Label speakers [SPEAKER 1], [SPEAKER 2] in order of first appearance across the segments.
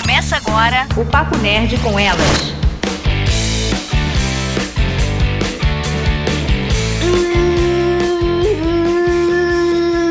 [SPEAKER 1] Começa agora o Papo Nerd com elas.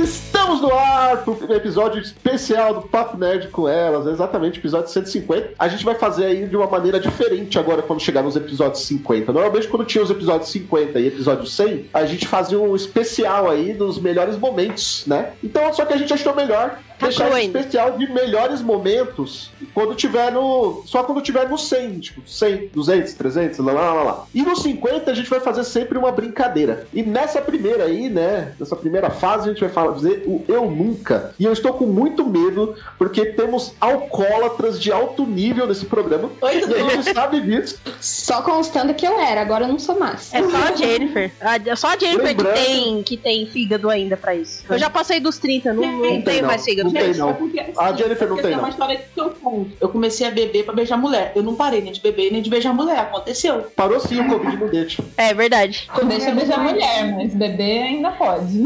[SPEAKER 2] Estamos no ar pro episódio especial do Papo Nerd com elas, exatamente episódio 150. A gente vai fazer aí de uma maneira diferente agora quando chegar nos episódios 50. Normalmente quando tinha os episódios 50 e episódio 100, a gente fazia um especial aí dos melhores momentos, né? Então só que a gente achou melhor deixar esse
[SPEAKER 3] Concluindo.
[SPEAKER 2] especial de melhores momentos quando tiver no. Só quando tiver no 100, tipo, 100, 200, 300, lá, lá, lá, lá. E no 50 a gente vai fazer sempre uma brincadeira. E nessa primeira aí, né? Nessa primeira fase a gente vai fazer o Eu Nunca. E eu estou com muito medo porque temos alcoólatras de alto nível nesse programa.
[SPEAKER 4] Oi,
[SPEAKER 2] E a gente sabe disso.
[SPEAKER 4] Só constando que eu era, agora eu não sou mais.
[SPEAKER 3] É só a Jennifer. A- é só a Jennifer
[SPEAKER 2] Lembrando-
[SPEAKER 3] que, tem, que tem fígado ainda pra isso. Eu já passei dos 30, não, não
[SPEAKER 2] tem,
[SPEAKER 3] tenho
[SPEAKER 2] não.
[SPEAKER 3] mais fígado.
[SPEAKER 2] Não tem,
[SPEAKER 5] Gente,
[SPEAKER 2] não.
[SPEAKER 5] é porque, assim,
[SPEAKER 2] A Jennifer não
[SPEAKER 5] porque
[SPEAKER 2] tem,
[SPEAKER 5] é uma
[SPEAKER 2] não.
[SPEAKER 5] história que eu conto. Eu comecei a beber pra beijar mulher. Eu não parei nem de beber nem de beijar mulher. Aconteceu.
[SPEAKER 2] Parou sim o Covid não deixa.
[SPEAKER 3] É verdade.
[SPEAKER 6] Deixa beijar mulher, mas bebê ainda pode.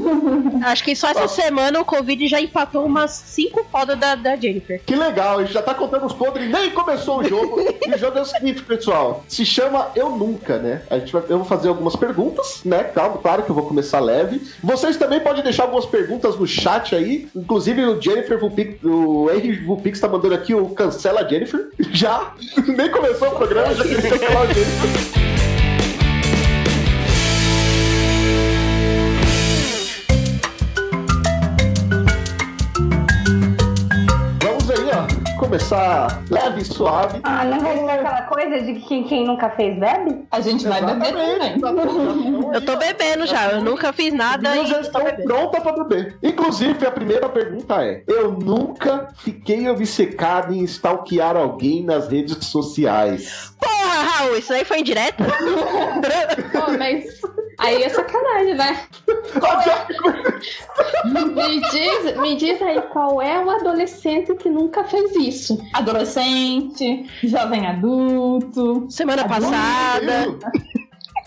[SPEAKER 3] Acho que só essa semana o Covid já empatou umas 5 fodas da, da Jennifer.
[SPEAKER 2] Que legal, a gente já tá contando os podres, nem começou o jogo. e o jogo é o seguinte, pessoal. Se chama Eu Nunca, né? A gente vai, eu vou fazer algumas perguntas, né? Claro, claro que eu vou começar leve. Vocês também podem deixar algumas perguntas no chat aí. Inclusive o Jennifer Vulpix, o Henry Vulpix tá mandando aqui o Cancela a Jennifer. Já? Nem começou o programa, já queria cancelar o Jennifer. Vamos aí, ó. Começar leve e suave.
[SPEAKER 7] Ah, não vai ser aquela coisa de que quem nunca fez bebe?
[SPEAKER 6] A gente vai beber
[SPEAKER 2] Exatamente,
[SPEAKER 6] também.
[SPEAKER 2] exatamente.
[SPEAKER 3] Eu tô bebendo já, eu nunca fiz nada
[SPEAKER 2] Meninas
[SPEAKER 3] e
[SPEAKER 2] já
[SPEAKER 3] tô
[SPEAKER 2] estão
[SPEAKER 3] bebendo.
[SPEAKER 2] prontas pra beber. Inclusive, a primeira pergunta é: Eu nunca fiquei obcecado em stalkear alguém nas redes sociais.
[SPEAKER 3] Porra, Raul, isso aí foi indireta?
[SPEAKER 6] Pô, mas aí é sacanagem, né?
[SPEAKER 3] é
[SPEAKER 4] Me diz, me diz aí qual é o adolescente que nunca fez isso.
[SPEAKER 6] Adolescente, jovem adulto.
[SPEAKER 3] Semana passada.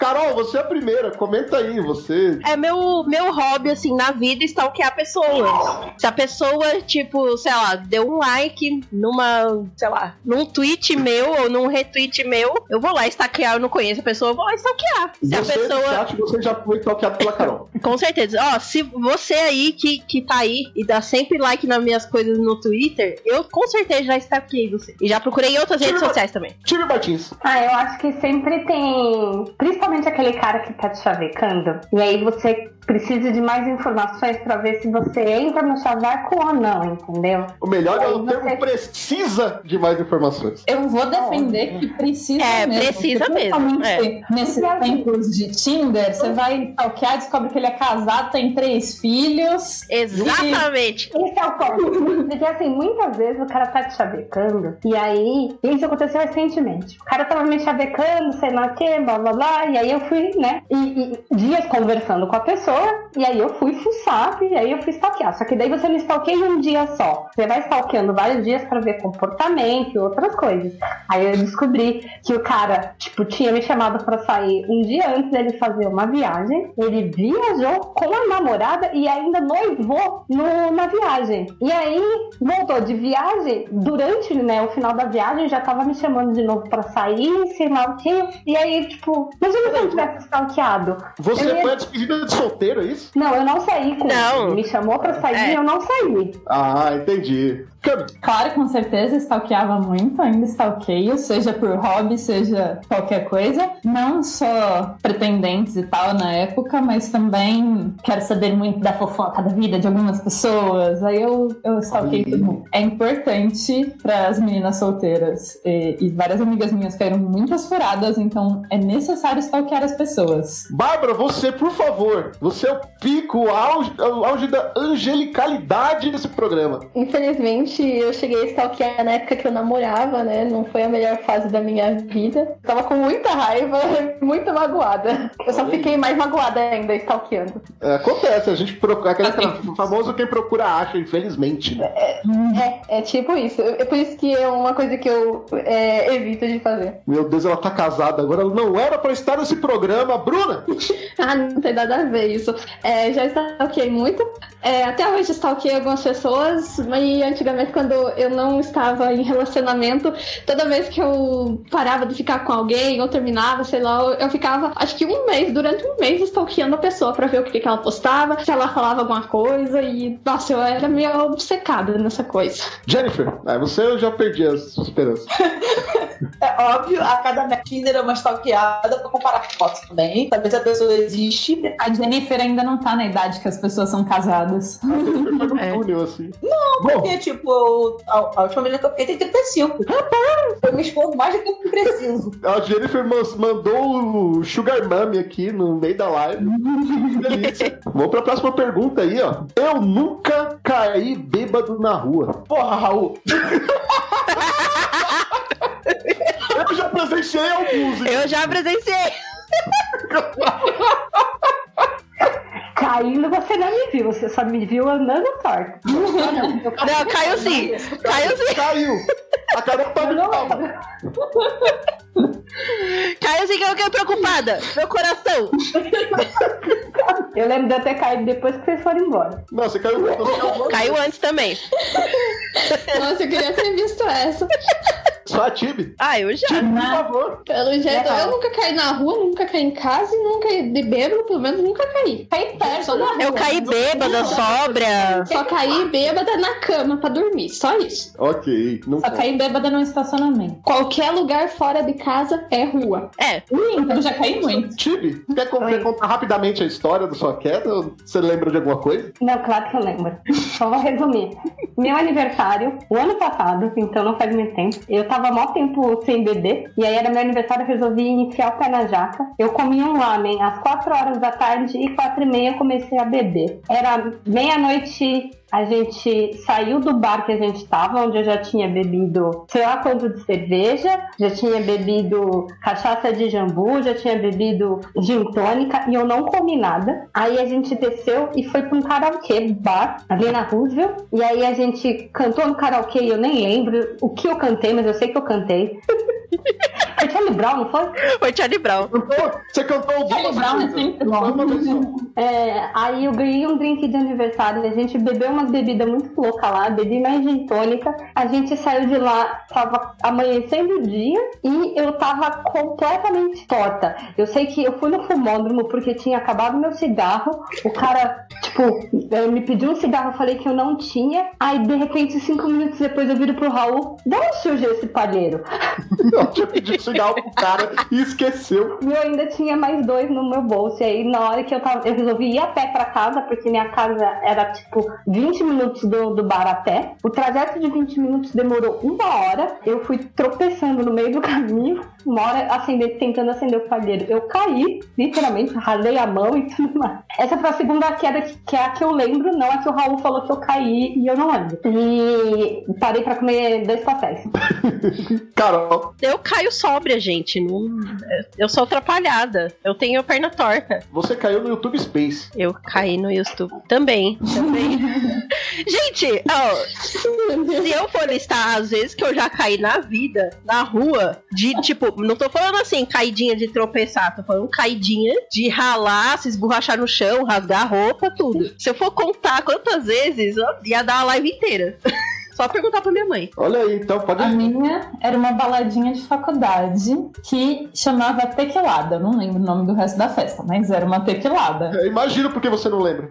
[SPEAKER 2] Carol, você é a primeira, comenta aí, você.
[SPEAKER 3] É meu, meu hobby, assim, na vida, stalkear pessoas. Se a pessoa, tipo, sei lá, deu um like numa, sei lá, num tweet meu ou num retweet meu, eu vou lá stalkear, eu não conheço a pessoa, eu vou lá stalkear. Se a
[SPEAKER 2] você no
[SPEAKER 3] pessoa.
[SPEAKER 2] chat, você já foi stalkeado pela Carol.
[SPEAKER 3] Com certeza. Ó, se você aí que, que tá aí e dá sempre like nas minhas coisas no Twitter, eu com certeza já stalkeei você. E já procurei em outras redes
[SPEAKER 2] Tira-
[SPEAKER 3] sociais também.
[SPEAKER 2] Time Martins.
[SPEAKER 7] Ah, eu acho que sempre tem. Principalmente aquele cara que tá te chavecando. E aí você precisa de mais informações pra ver se você entra no chaveco ou não, entendeu?
[SPEAKER 2] O melhor é o
[SPEAKER 7] Você-
[SPEAKER 2] termo precisa de mais informações.
[SPEAKER 6] Eu vou defender que precisa
[SPEAKER 3] É,
[SPEAKER 6] mesmo.
[SPEAKER 3] precisa
[SPEAKER 6] porque
[SPEAKER 3] mesmo, é.
[SPEAKER 6] principalmente Nesses tempos de Tinder, você vai talquear, descobre que ele é casado, tem três filhos.
[SPEAKER 3] Exatamente.
[SPEAKER 7] Esse é o ponto. Porque assim, muitas vezes o cara tá te chavecando. E aí, isso aconteceu recentemente. O cara tava me chavecando, sei lá o quê, blá blá blá. E aí eu fui, né? E, e dias conversando com a pessoa. E aí eu fui fuçar. E aí eu fui stalkear. Só que daí você não stalkeia um dia só. Você vai stalkeando vários dias pra ver comportamento e outras coisas. Aí eu descobri que o cara, tipo, tinha me chamado pra sair um dia antes dele fazer uma viagem. Ele viajou com a namorada e ainda noivou no- na viagem. E aí voltou de viagem, durante né, o final da viagem já tava me chamando de novo pra sair, sei lá o quê. E aí, tipo, imagina se eu tivesse stalkeado.
[SPEAKER 2] Você
[SPEAKER 7] Eu ia-
[SPEAKER 2] foi a despedida de solteiro, é isso?
[SPEAKER 7] Não, eu não saí com
[SPEAKER 3] Não.
[SPEAKER 7] ele. Me chamou pra sair
[SPEAKER 3] É.
[SPEAKER 7] e eu não saí.
[SPEAKER 2] Ah, entendi. Cam-
[SPEAKER 6] Claro, com certeza, stalkeava muito, ainda stalkeio, seja por hobby, seja qualquer coisa. Não só pretendentes e tal na época, mas também quero saber muito da fofoca da vida de algumas pessoas. Aí eu, eu stalkeio
[SPEAKER 2] Olha.
[SPEAKER 6] todo mundo. É importante para as meninas solteiras. E, e várias amigas minhas caíram muitas furadas, então é necessário stalkear as pessoas.
[SPEAKER 2] Bárbara, você, por favor, você é o pico, o auge, o auge da angelicalidade desse programa.
[SPEAKER 8] Infelizmente, eu cheguei a stalkear na época que eu namorava, né? Não foi a melhor fase da minha vida. Tava com muita raiva, muito magoada. Eu só fiquei mais magoada ainda, stalkeando.
[SPEAKER 2] É, Acontece, a gente procura. Aquele tra- famoso quem procura acha, infelizmente. né?
[SPEAKER 8] É, é tipo isso. É por isso que é uma coisa que eu é, evito de fazer.
[SPEAKER 2] Meu Deus, ela tá casada agora. Ela não era pra estar nesse programa. Bruna!
[SPEAKER 8] Ah, não tem nada a ver isso. É, já stalkeei muito. É, até hoje stalkeei algumas pessoas, mas antigamente
[SPEAKER 4] mas quando eu não estava em relacionamento, toda vez que eu parava de ficar com alguém ou terminava, sei lá, eu- eu ficava acho que um mês, durante um mês, stalkeando a pessoa pra ver o que, que ela postava, se ela falava alguma coisa e, nossa, eu era meio obcecada nessa coisa.
[SPEAKER 2] Jennifer, ah, você eu já perdi as suas esperanças.
[SPEAKER 5] É óbvio, a cada match Tinder é uma stalkeada pra comparar com fotos também. Saber se a pessoa existe.
[SPEAKER 6] A Jennifer ainda não tá na idade que as pessoas são casadas.
[SPEAKER 2] A Jennifer foi no
[SPEAKER 3] É.
[SPEAKER 2] túnel, assim. Não, Bom,
[SPEAKER 5] Porque, tipo, a, a última menina que eu fiquei tem 35. Eu me expor mais do que eu preciso.
[SPEAKER 2] a Jennifer mas- mandou o Sugar Mami aqui no meio da live. Que delícia. Vamos pra próxima pergunta aí, ó. Eu nunca caí bêbado na rua.
[SPEAKER 5] Porra, Raul.
[SPEAKER 2] Eu já presenciei alguns. hein?
[SPEAKER 3] Eu já presenciei.
[SPEAKER 7] Caindo você não me viu, você só me viu andando torto.
[SPEAKER 3] Não, caiu sim. Caiu sim.
[SPEAKER 2] Caiu. A Carol tá
[SPEAKER 7] Eu não
[SPEAKER 2] tava.
[SPEAKER 7] lembro.
[SPEAKER 3] Caiu sim que eu fiquei preocupada. Meu coração.
[SPEAKER 7] Eu lembro de eu ter caído depois que vocês foram embora.
[SPEAKER 2] Não, você caiu. Você caiu
[SPEAKER 3] Caiu antes também.
[SPEAKER 4] Nossa, eu queria ter visto essa.
[SPEAKER 2] Só a Tibi.
[SPEAKER 3] Ah, eu já.
[SPEAKER 2] Tibi, por
[SPEAKER 6] Não.
[SPEAKER 2] favor.
[SPEAKER 3] É
[SPEAKER 4] Pelo jeito,
[SPEAKER 6] Legal.
[SPEAKER 4] eu nunca caí na rua, nunca caí em casa e nunca de bêbado, pelo menos nunca caí. Caí perto, só na rua.
[SPEAKER 3] Eu caí bêbada, sobra.
[SPEAKER 4] Só caí bêbada na cama pra dormir, só isso.
[SPEAKER 2] Ok, não
[SPEAKER 6] Só caí bêbada no estacionamento.
[SPEAKER 4] Qualquer lugar fora de casa é rua.
[SPEAKER 3] É,
[SPEAKER 6] Ui, então já caí muito.
[SPEAKER 2] Tibi, quer con- quer contar rapidamente a história da sua queda? Ou Você lembra de alguma coisa?
[SPEAKER 7] Não, claro que eu lembro. Só vou resumir. Meu aniversário, o ano passado, então não faz muito tempo, eu tava mó tempo sem beber, e aí era meu aniversário, eu resolvi enfiar o pé na jaca. Eu comi um lamen às 4 horas da tarde e 4 e meia eu comecei a beber. Era meia-noite, a gente saiu do bar que a gente tava, onde eu já tinha bebido sei lá quanto de cerveja, já tinha bebido cachaça de jambu, já tinha bebido gin tônica e eu não comi nada. Aí a gente desceu e foi pra um karaokê bar ali na Roosevelt. E aí a gente cantou no karaokê, e eu nem lembro o que eu cantei, mas eu sei que eu cantei. Foi Charlie Brown, não foi?
[SPEAKER 3] foi Charlie Brown.
[SPEAKER 2] Cantou? Você cantou alguma
[SPEAKER 6] Charlie Brown é
[SPEAKER 2] coisa?
[SPEAKER 6] sempre
[SPEAKER 2] Foi uma vez só.
[SPEAKER 7] É, aí eu ganhei um drink de aniversário, a gente bebeu umas bebidas muito loucas lá, bebi mais gin tônica, a gente saiu de lá, tava amanhecendo o dia e eu tava completamente torta. Eu sei que eu fui no fumódromo porque tinha acabado meu cigarro, o cara, tipo, eh, me pediu um cigarro, eu falei que eu não tinha, aí de repente, cinco minutos depois, eu viro pro Raul, dá um surgiu esse palheiro.
[SPEAKER 2] Eu tinha pedido cigarro pro cara e esqueceu.
[SPEAKER 7] E eu ainda tinha mais dois no meu bolso. E aí, na hora que eu tava, eu resolvi ir a pé pra casa, porque minha casa era tipo 20 minutos do, do bar a pé. O trajeto de 20 minutos demorou uma hora. Eu fui tropeçando no meio do caminho, uma hora acender, tentando acender o palheiro. Eu caí, literalmente, ralei a mão e tudo mais. Essa foi a segunda queda que, que é a que eu lembro, não a que o Raul falou que eu caí e eu não lembro. E parei pra comer dois pastéis.
[SPEAKER 2] Carol,
[SPEAKER 3] Eu caio sobra, gente. Não... Eu sou atrapalhada. Eu tenho a perna torta.
[SPEAKER 2] você caiu no YouTube Space.
[SPEAKER 3] Eu caí no YouTube também. Também. Gente, ó, se eu for listar as vezes que eu já caí na vida, na rua, de tipo, não tô falando assim, caidinha de tropeçar, tô falando caidinha de ralar, se esborrachar no chão, rasgar a roupa, tudo. Se eu for contar quantas vezes, ó, ia dar a live inteira. Só perguntar pra minha mãe.
[SPEAKER 2] Olha aí, então, pode
[SPEAKER 6] A minha era uma baladinha de faculdade que chamava Tequilada. Não lembro o nome do resto da festa, mas era uma tequilada.
[SPEAKER 2] É, Imagino porque você não lembra.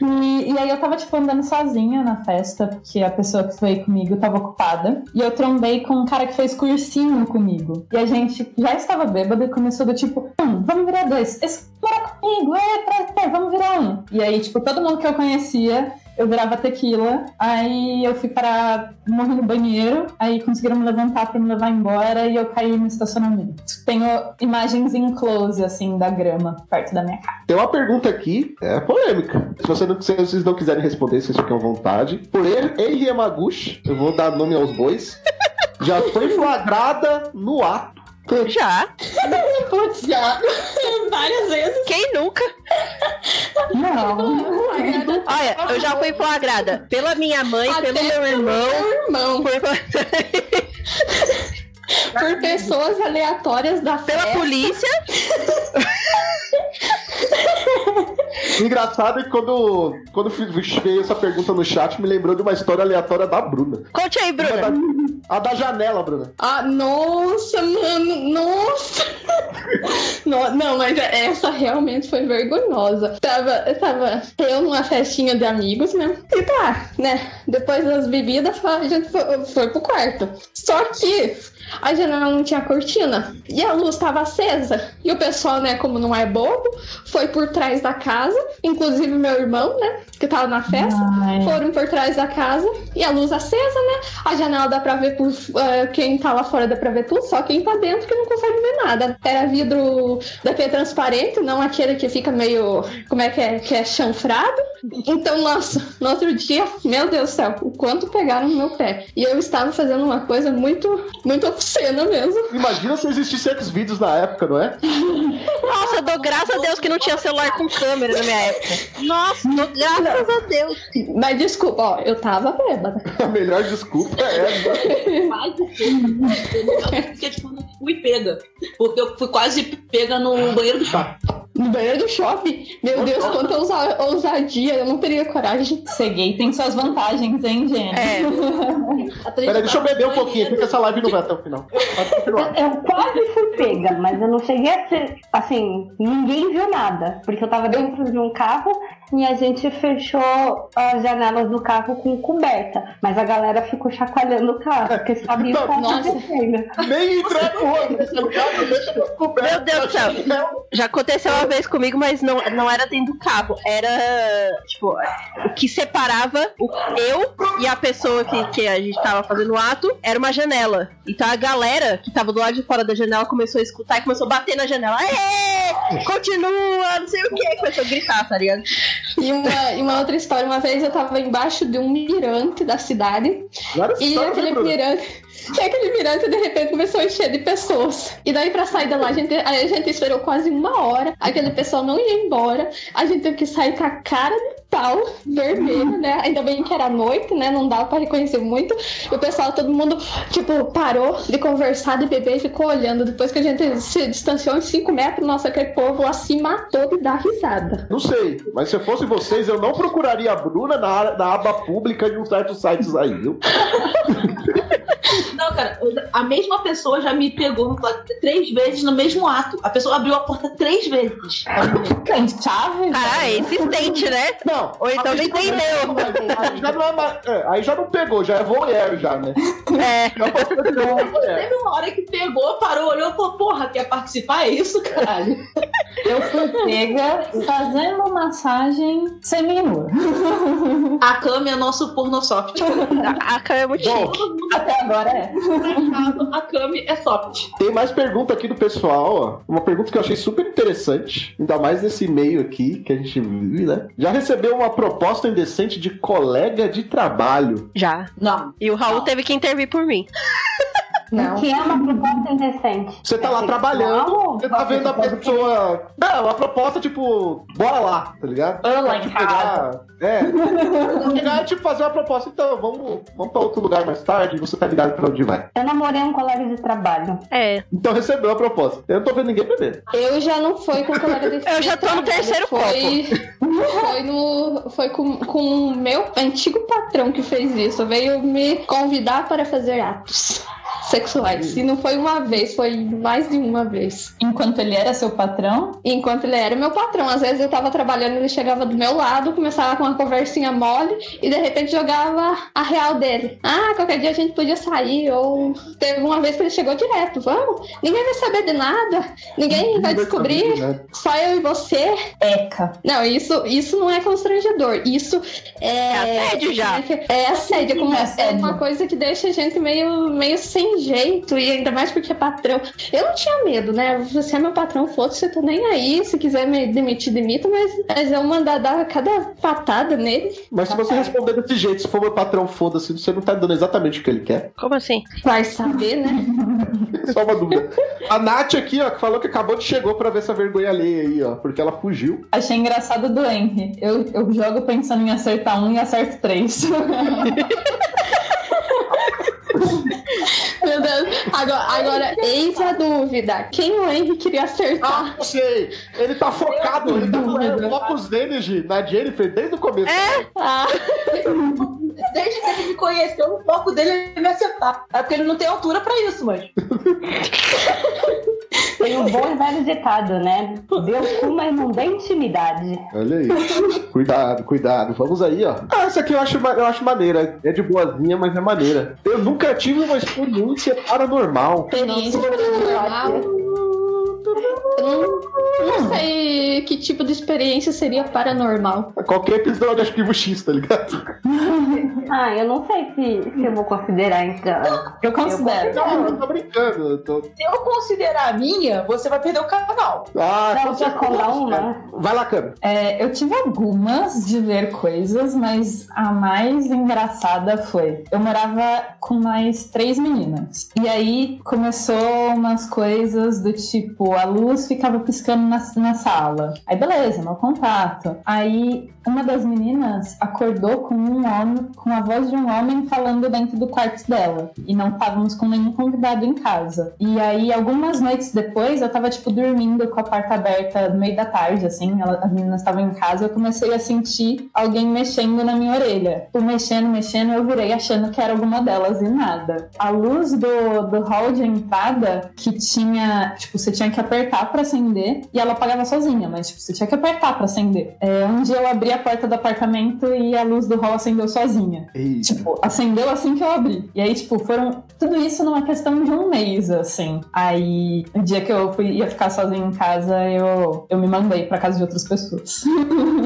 [SPEAKER 6] E, e aí eu tava, tipo, andando sozinha na festa, porque a pessoa que foi comigo tava ocupada. E eu trombei com um cara que fez cursinho comigo. E a gente já estava bêbado e começou do tipo, hum, vamos virar dois. Esse mora comigo, é, pra, pra, vamos virar um. E aí, tipo, todo mundo que eu conhecia. Eu virava tequila, aí eu fui para morrer no banheiro, aí conseguiram me levantar pra me levar embora e eu caí no estacionamento. Tenho imagens em close, assim, da grama perto da minha casa.
[SPEAKER 2] Tem uma pergunta aqui, é polêmica. Se, você não- se vocês não quiserem responder, vocês ficam à vontade. Por ele, ele Yamaguchi, eu vou dar nome aos bois, já foi flagrada no ato.
[SPEAKER 3] Já.
[SPEAKER 4] Putz, já. Várias vezes.
[SPEAKER 3] Quem nunca?
[SPEAKER 6] Não,
[SPEAKER 3] Olha, eu já fui flagrada pela minha mãe, pelo meu irmão.
[SPEAKER 4] Meu irmão.
[SPEAKER 3] por-
[SPEAKER 4] Por pessoas
[SPEAKER 7] É.
[SPEAKER 4] aleatórias da
[SPEAKER 3] pela
[SPEAKER 4] festa.
[SPEAKER 3] polícia.
[SPEAKER 2] Engraçado é que quando, quando veio essa pergunta no chat, me lembrou de uma história aleatória da Bruna.
[SPEAKER 3] Conte aí,
[SPEAKER 2] A da,
[SPEAKER 3] Bruna.
[SPEAKER 2] a da janela, Bruna.
[SPEAKER 4] Ah, nossa, mano, nossa! No- não, mas essa realmente foi vergonhosa. Tava, tava eu numa festinha de amigos, né? E tá, né? Depois das bebidas, a gente fo- foi pro quarto. Só que a janela não tinha cortina e a luz tava acesa. E o pessoal, né, como não é bobo, foi por trás da casa, inclusive meu irmão, né, que tava na festa.
[SPEAKER 6] Ai,
[SPEAKER 4] Foram por trás da casa e a luz acesa, né? A janela dá pra ver por eh, quem tá lá fora dá pra ver tudo, só quem tá dentro que não consegue ver nada. Era vidro daquele transparente, não aquele que fica meio. como é que é? Que é chanfrado. Então, nossa, no outro dia, meu Deus do céu, o quanto pegaram no meu pé. E eu estava fazendo uma coisa muito, muito obscena mesmo.
[SPEAKER 2] Imagina se existisse X-Vídeos na época, não é?
[SPEAKER 3] Nossa, eu dou graças a Deus que não tinha celular com câmera na minha época. Nossa, dou graças a Deus.
[SPEAKER 4] Mas desculpa, ó, eu tava bêbada.
[SPEAKER 2] A melhor desculpa é essa.
[SPEAKER 5] Quase pega. Porque, tipo, não fui pega. Porque eu fui quase pega no banheiro do shopping.
[SPEAKER 4] No banheiro do shopping. Meu Deus, quanta ousa- ousadia, eu não teria coragem.
[SPEAKER 6] ser gay tem suas vantagens, hein, gente?
[SPEAKER 3] É.
[SPEAKER 2] Peraí, deixa eu beber um pouquinho, porque essa live não vai até o final. Pode continuar.
[SPEAKER 7] Eu quase fui pega, mas eu não cheguei a ser. Assim, ninguém viu nada. Porque eu tava dentro de um carro e a gente fechou as janelas do carro com coberta. Mas a galera ficou chacoalhando o carro, porque sabia o que tava
[SPEAKER 4] Nossa.
[SPEAKER 7] acontecendo.
[SPEAKER 2] Nem entrega o olho nesse lugar, não tá deixa descoberto. tá
[SPEAKER 3] Meu Deus do céu.
[SPEAKER 2] é um-
[SPEAKER 3] Já aconteceu uma vez comigo, mas não, não era dentro do carro. Era, tipo, o que separava o, eu e a pessoa que, que a gente tava fazendo o ato era uma janela. Então a galera que tava do lado de fora da janela começou a escutar e começou a bater na janela. Aê! Continua, não sei o que. Começou a gritar, tá ligado?
[SPEAKER 4] E uma, e uma outra história, uma vez eu tava embaixo de um mirante da cidade
[SPEAKER 2] Várias
[SPEAKER 4] e
[SPEAKER 2] histórias,
[SPEAKER 4] aquele
[SPEAKER 2] né, Bruna?
[SPEAKER 4] mirante, e aquele mirante de repente começou a encher de pessoas. E daí pra sair da lá, a gente, aí a gente esperou quase uma hora, aquele pessoal não ia embora, a gente teve que sair com a cara de pau vermelha, né? Ainda bem que era noite, né? Não dava pra reconhecer muito. E o pessoal, todo mundo, tipo, parou de conversar, de beber e ficou olhando. Depois que a gente se distanciou uns 5 metros, nossa, aquele povo lá se matou de dar risada.
[SPEAKER 2] Não sei, mas se eu fosse vocês, eu não procuraria a Bruna na, área- na aba pública de um certo sites aí, viu?
[SPEAKER 5] Não, cara, a mesma pessoa já me pegou no pla- três vezes no mesmo ato. A pessoa abriu a porta três vezes.
[SPEAKER 6] Tem chave?
[SPEAKER 3] Caralho, é insistente, né?
[SPEAKER 2] Não,
[SPEAKER 3] Ou então não entendeu.
[SPEAKER 2] aí já não é mais- é, aí já não pegou, já é voyeur já, né?
[SPEAKER 3] É.
[SPEAKER 2] Já passou de novo, é voyeur.
[SPEAKER 5] Teve uma hora que pegou, parou, olhou e falou: Porra, quer participar? É isso, caralho?
[SPEAKER 6] Eu fui pega fazendo massagem seminua.
[SPEAKER 5] A Cami é nosso pornosoft.
[SPEAKER 3] A, a cara é muito
[SPEAKER 2] Bom,
[SPEAKER 5] Todo mundo
[SPEAKER 6] Até agora é.
[SPEAKER 5] casado, a Cami é soft.
[SPEAKER 2] Tem mais pergunta aqui do pessoal, ó. Uma pergunta que eu achei super interessante, ainda mais nesse e-mail aqui que a gente viu, né? Já recebeu uma proposta indecente de colega de trabalho.
[SPEAKER 3] Já.
[SPEAKER 5] Não.
[SPEAKER 3] E o Raul teve que intervir por mim.
[SPEAKER 7] O que é uma proposta indecente.
[SPEAKER 2] Você tá lá trabalhando,
[SPEAKER 7] Não,
[SPEAKER 2] você tá vendo a pessoa. Não, é uma proposta tipo, bora lá, tá ligado?
[SPEAKER 6] Eu lá em
[SPEAKER 2] Tipo,
[SPEAKER 6] casa.
[SPEAKER 2] pegar- É. Um lugar, tipo, fazer uma proposta. Então, vamos, vamos pra outro lugar mais tarde, você tá ligado pra onde vai.
[SPEAKER 7] Eu namorei um colega de trabalho.
[SPEAKER 3] É.
[SPEAKER 2] Então recebeu a proposta. Eu não tô vendo ninguém beber.
[SPEAKER 4] Eu já não fui com colega de
[SPEAKER 3] Eu já tô no terceiro
[SPEAKER 4] foi, foi no Foi com, com o meu antigo patrão que fez isso. Veio me convidar para fazer atos sexuais. E não foi uma vez, foi mais de uma vez.
[SPEAKER 6] Enquanto ele era seu patrão,
[SPEAKER 4] Enquanto ele era meu patrão. Às vezes eu tava trabalhando, ele chegava do meu lado, começava com uma conversinha mole e de repente jogava a real dele. Ah, qualquer dia a gente podia sair. Ou teve uma vez que ele chegou direto: vamos, ninguém vai saber de nada, ninguém vai descobrir.
[SPEAKER 2] Né?
[SPEAKER 4] Só eu e você?
[SPEAKER 6] eca.
[SPEAKER 4] Não, isso, isso não é constrangedor. Isso é.
[SPEAKER 3] É assédio já.
[SPEAKER 4] É assédio. É, como
[SPEAKER 6] É
[SPEAKER 4] é,
[SPEAKER 6] assédio.
[SPEAKER 4] uma coisa que deixa a gente meio, meio sem jeito. E ainda mais porque é patrão. Eu não tinha medo, né? Você é meu patrão, foda-se, eu tô nem aí. Se quiser me demitir, demita. Mas, mas eu mandar dar cada patada nele.
[SPEAKER 2] Mas se você responder desse jeito, se for meu patrão, foda-se, você não tá dando exatamente o que ele quer.
[SPEAKER 3] Como assim?
[SPEAKER 4] Vai saber, né?
[SPEAKER 2] Só uma dúvida. A Nath aqui, ó, que falou que acabou de chegou pra ver essa vergonha alheia aí, ó. Porque ela fugiu.
[SPEAKER 6] Achei engraçado do Henry. Eu, eu jogo pensando em acertar um e acerto três.
[SPEAKER 4] Meu Deus. Agora, agora, eis a dúvida. Quem o Henry queria acertar?
[SPEAKER 2] Ah, eu sei. Ele tá focado, ele tá com o focus dele, Gi, na Jennifer, desde o começo. É?
[SPEAKER 4] Ah,
[SPEAKER 5] Desde que ele me conheceu, o foco dele é me acertar. É porque ele não tem altura pra isso, mano.
[SPEAKER 7] Tem um bom e velho ditado, né? Deus cu, mas não dá intimidade.
[SPEAKER 2] Olha aí. cuidado, cuidado. Vamos aí, ó. Ah, essa aqui eu acho, ma- eu acho maneira. É de boazinha, mas é maneira. Eu nunca tive uma experiência paranormal.
[SPEAKER 4] experiência
[SPEAKER 9] Paranormal.
[SPEAKER 4] Eu não, não sei que tipo de experiência seria paranormal.
[SPEAKER 2] Qualquer episódio de Arquivo X, tá ligado?
[SPEAKER 7] Ah, eu não sei se, se eu vou considerar, então.
[SPEAKER 6] Eu considero.
[SPEAKER 2] Não, eu tô brincando. eu tô-
[SPEAKER 5] Se eu considerar a minha, você vai perder o canal.
[SPEAKER 2] Ah,
[SPEAKER 7] Não,
[SPEAKER 2] com
[SPEAKER 7] pra
[SPEAKER 2] certeza,
[SPEAKER 7] colar
[SPEAKER 2] cara.
[SPEAKER 7] uma.
[SPEAKER 2] Vai lá, câmera.
[SPEAKER 6] É, eu tive algumas de ver coisas, mas a mais engraçada foi. Eu morava com mais três meninas. E aí começou umas coisas do tipo: a luz ficava piscando na, na sala. Aí beleza, mau contato. Aí uma das meninas acordou com um homem, com a voz de um homem falando dentro do quarto dela. E não um estávamos com nenhum convidado em casa. E aí, algumas noites depois, eu tava, tipo, dormindo com a porta aberta no meio da tarde, assim, ela- as meninas estavam em casa, eu comecei a sentir alguém mexendo na minha orelha. Tipo, mexendo, mexendo, eu virei achando que era alguma delas e nada. A luz do, do hall de entrada, que tinha, tipo, você tinha que apertar pra acender, e ela apagava sozinha, mas, tipo, você tinha que apertar pra acender. É, um dia eu abri a porta do apartamento e a luz do hall acendeu sozinha.
[SPEAKER 2] Eita.
[SPEAKER 6] Tipo, acendeu assim que eu abri. E aí, tipo, foram tudo isso numa questão de um mês, assim. Aí, o dia que eu fui, ia ficar sozinha em casa, eu, eu me mandei pra casa de outras pessoas.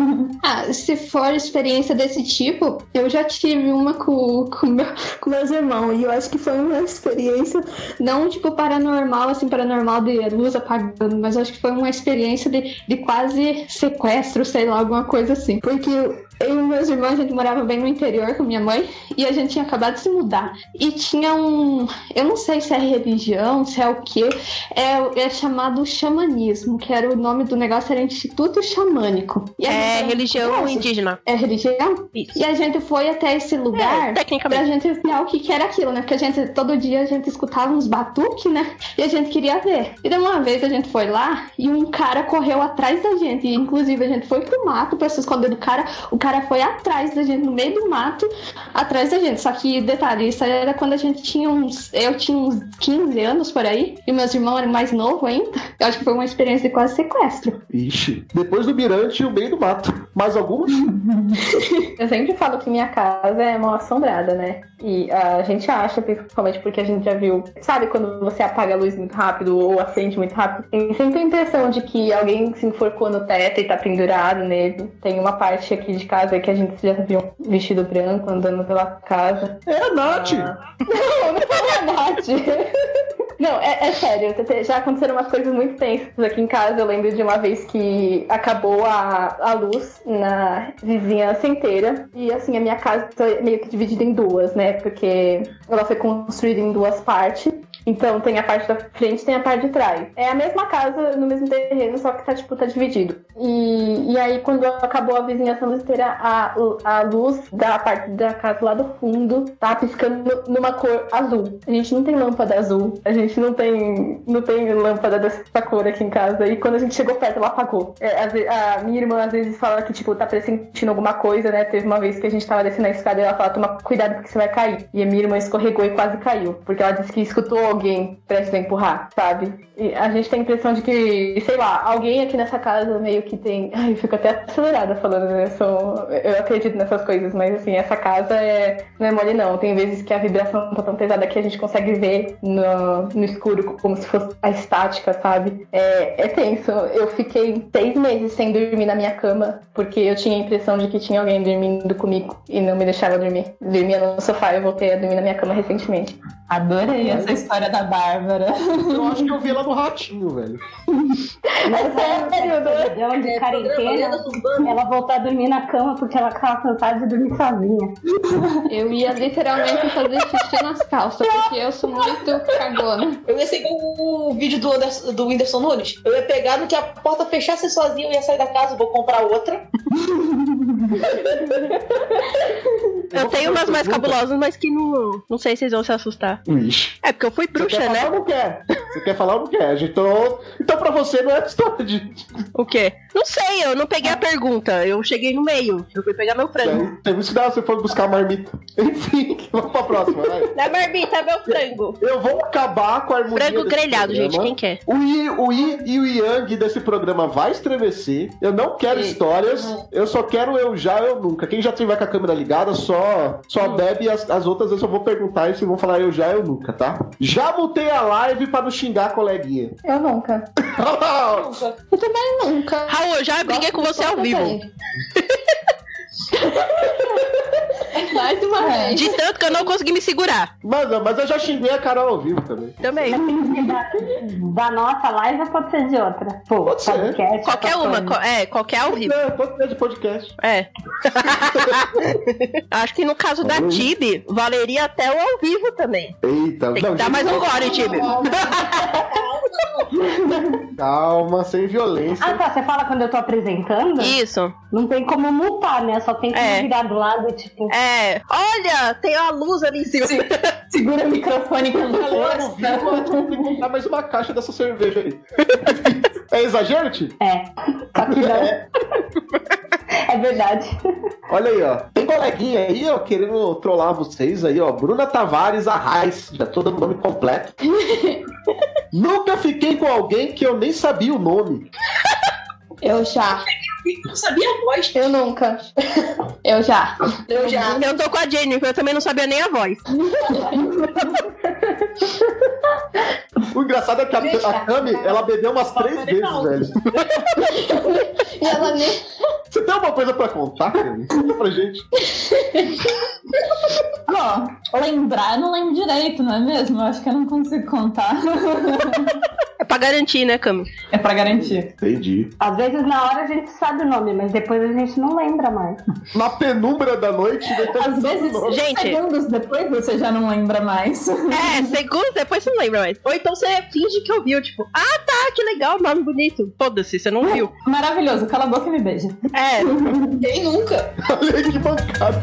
[SPEAKER 4] Ah, se for experiência desse tipo, eu já tive uma com, com, meu, com meus irmãos. E eu acho que foi uma experiência, não tipo paranormal, assim, paranormal de luz apagando, mas eu acho que foi uma experiência de, de quase sequestro, sei lá, alguma coisa assim. Porque eu e meus irmãos, a gente morava bem no interior com minha mãe e a gente tinha acabado de se mudar. E tinha um. Eu não sei se é religião, se é o quê. É, é chamado xamanismo, que era o nome do negócio, era Instituto Xamânico. E a
[SPEAKER 3] É
[SPEAKER 4] gente-
[SPEAKER 3] religião
[SPEAKER 4] Nossa,
[SPEAKER 3] indígena.
[SPEAKER 4] é religião.
[SPEAKER 3] Isso.
[SPEAKER 4] E a gente foi até esse lugar pra
[SPEAKER 3] Tecnicamente.
[SPEAKER 4] gente ver o que, que era aquilo, né? Porque a gente, todo dia a gente escutava uns batuques, né? E a gente queria ver. E de uma vez a gente foi lá e um cara correu atrás da gente. E, inclusive a gente foi pro mato pra se esconder do cara. O cara foi atrás da gente, no meio do mato, atrás da gente. Só que, detalhe, isso era quando a gente tinha uns. Eu tinha uns 15 anos por aí. E meus irmãos eram mais novos ainda. Eu acho que foi uma experiência de quase sequestro.
[SPEAKER 2] Ixi. Depois do Mirante e o meio do mato. Mais alguma?
[SPEAKER 4] Eu sempre falo que minha casa é mal assombrada, né? E a gente acha, principalmente porque a gente já viu, sabe quando você apaga a luz muito rápido ou acende muito rápido? Tem sempre a impressão de que alguém se enforcou no teto e tá pendurado nele. Tem uma parte aqui de casa que a gente já viu um vestido branco andando pela casa.
[SPEAKER 2] É a Nath.
[SPEAKER 4] Não, não é verdade. Não, é, é sério, Tete, já aconteceram umas coisas muito tensas aqui em casa. Eu lembro de uma vez que acabou a, a luz na vizinhança inteira. E assim, a minha casa foi meio que dividida em duas, né? Porque ela foi construída em duas partes. Então tem a parte da frente tem a parte de trás. É a mesma casa no mesmo terreno, só que tá, tipo, tá dividido. E, e aí, quando acabou a vizinhança luz inteira, a, a luz da parte da casa lá do fundo tá piscando numa cor azul. A gente não tem lâmpada azul. A gente não tem, não tem lâmpada dessa cor aqui em casa. E quando a gente chegou perto, ela apagou. É, às ve- a minha irmã às vezes fala que, tipo, tá pressentindo alguma coisa, né? Teve uma vez que a gente tava descendo a escada e ela fala, toma cuidado porque você vai cair. E a minha irmã escorregou e quase caiu. Porque ela disse que escutou alguém prestes a empurrar, sabe? E a gente tem a impressão de que, sei lá, alguém aqui nessa casa meio que tem. Ai, eu fico até acelerada falando, né? Eu, sou- eu acredito nessas coisas, mas assim, essa casa é... não é mole, não. Tem vezes que a vibração tá tão pesada que a gente consegue ver no, no escuro como se fosse a estática, sabe? É... é tenso. Eu fiquei seis meses sem dormir na minha cama, porque eu tinha a impressão de que tinha alguém dormindo comigo e não me deixava dormir. Dormia no sofá e eu voltei a dormir na minha cama recentemente.
[SPEAKER 6] Adorei essa história da Bárbara.
[SPEAKER 2] Eu acho que eu vi lá no ratinho, velho.
[SPEAKER 4] É sério, né?
[SPEAKER 7] Deu ela de quarentena, ela voltou a dormir na cama porque ela tava cansada de dormir sozinha.
[SPEAKER 4] Eu ia literalmente fazer xixi nas calças, porque eu sou muito cagona.
[SPEAKER 5] Eu ia ser igual o vídeo do, Anderson, do Whindersson Nunes. Eu ia pegar no que a porta fechasse sozinha, eu ia sair da casa, vou comprar outra.
[SPEAKER 3] Eu tenho umas mais cabulosas, mas que não, não sei se vocês vão se assustar.
[SPEAKER 2] Ixi.
[SPEAKER 3] É porque eu fui
[SPEAKER 2] Você
[SPEAKER 3] bruxa,
[SPEAKER 2] quer falar
[SPEAKER 3] né?
[SPEAKER 2] ou não quer? Você quer falar ou não quer? gente? Então, então pra você não é história de.
[SPEAKER 3] O quê? Não sei, eu não peguei a pergunta. Eu cheguei no meio. Eu fui pegar meu frango.
[SPEAKER 2] É, Teve isso que dá, você foi buscar a marmita. Enfim, vamos pra próxima, vai.
[SPEAKER 3] Na marmita, meu frango.
[SPEAKER 2] Eu vou acabar com a harmonia.
[SPEAKER 3] Frango
[SPEAKER 2] desse
[SPEAKER 3] grelhado, gente.
[SPEAKER 2] programa.
[SPEAKER 3] Quem quer?
[SPEAKER 2] O I, o I e o Yang desse programa vai estremecer. Eu não quero histórias. Eu só quero eu já, eu nunca. Quem já tiver com a câmera ligada, só, só bebe. As, as outras eu só vou perguntar e se vão falar eu já, eu nunca, tá? Já mutei a live pra não xingar a coleguinha.
[SPEAKER 8] Eu nunca.
[SPEAKER 4] Nunca.
[SPEAKER 3] Raul, eu já briguei com
[SPEAKER 4] é
[SPEAKER 3] você ao vivo.
[SPEAKER 4] Mais uma
[SPEAKER 5] É.
[SPEAKER 4] vez.
[SPEAKER 3] De tanto que eu não consegui me segurar.
[SPEAKER 2] mas, mas eu já xinguei a Carol ao vivo também.
[SPEAKER 3] Também.
[SPEAKER 7] Da, da nossa live ou pode ser de outra? Pô,
[SPEAKER 2] Pode ser.
[SPEAKER 7] podcast.
[SPEAKER 3] Qualquer
[SPEAKER 7] essas
[SPEAKER 3] uma.
[SPEAKER 7] coisas.
[SPEAKER 3] co- é, qualquer horrível.
[SPEAKER 2] Não, pode ter de podcast.
[SPEAKER 3] É. Acho que no caso da
[SPEAKER 2] né?
[SPEAKER 3] Tibi, valeria até o ao vivo também.
[SPEAKER 2] Eita,
[SPEAKER 3] Tem que
[SPEAKER 2] não, tá
[SPEAKER 3] dar
[SPEAKER 2] gente,
[SPEAKER 3] mais um gole, Tibi.
[SPEAKER 2] calma, sem violência.
[SPEAKER 7] Ah, tá. Você fala quando eu tô apresentando?
[SPEAKER 3] Isso.
[SPEAKER 7] Não tem como mutar, né? Só tem que
[SPEAKER 3] É.
[SPEAKER 7] virar do lado e tipo.
[SPEAKER 3] É. Olha, tem a luz ali em cima.
[SPEAKER 6] Segura o microfone com
[SPEAKER 2] Agora no
[SPEAKER 6] força.
[SPEAKER 2] vivo, eu vou ter que comprar mais uma caixa dessa cerveja aí. É exagero, Ti?
[SPEAKER 7] É. Só que não. é verdade.
[SPEAKER 2] Olha aí, ó. Tem coleguinha aí, ó, querendo trollar vocês aí, ó. Bruna Tavares Arraes. Já tô dando o nome completo. Nunca fiquei com alguém que eu nem sabia o nome.
[SPEAKER 4] Eu já.
[SPEAKER 5] Não sabia a voz.
[SPEAKER 4] Eu nunca. Eu já.
[SPEAKER 5] Eu já.
[SPEAKER 3] Eu tô com a Jennifer, eu também não sabia nem a voz.
[SPEAKER 2] O engraçado é que a,
[SPEAKER 6] tá
[SPEAKER 2] a Cami, ela bebeu umas três vezes, velho.
[SPEAKER 4] E ela nem
[SPEAKER 2] Você tem alguma coisa pra contar, Cami? Conta pra gente.
[SPEAKER 6] Ó, lembrar, eu não lembro direito, não é mesmo? Eu acho que eu não consigo contar.
[SPEAKER 3] É pra garantir, né, Cami?
[SPEAKER 6] é pra garantir.
[SPEAKER 2] Entendi.
[SPEAKER 7] Às vezes na hora a gente sabe o nome, mas depois a gente não lembra mais.
[SPEAKER 2] Na penumbra da noite,
[SPEAKER 6] Às vezes,
[SPEAKER 3] Gente.
[SPEAKER 6] segundos depois, você já não lembra mais.
[SPEAKER 3] É, segundos depois você não lembra mais. Ou então você finge que ouviu, tipo, ah tá, que legal, nome bonito. Foda-se, você não viu.
[SPEAKER 6] Maravilhoso, cala a boca e me beija.
[SPEAKER 3] É,
[SPEAKER 5] Quem nunca?
[SPEAKER 2] Olha aí que bancada.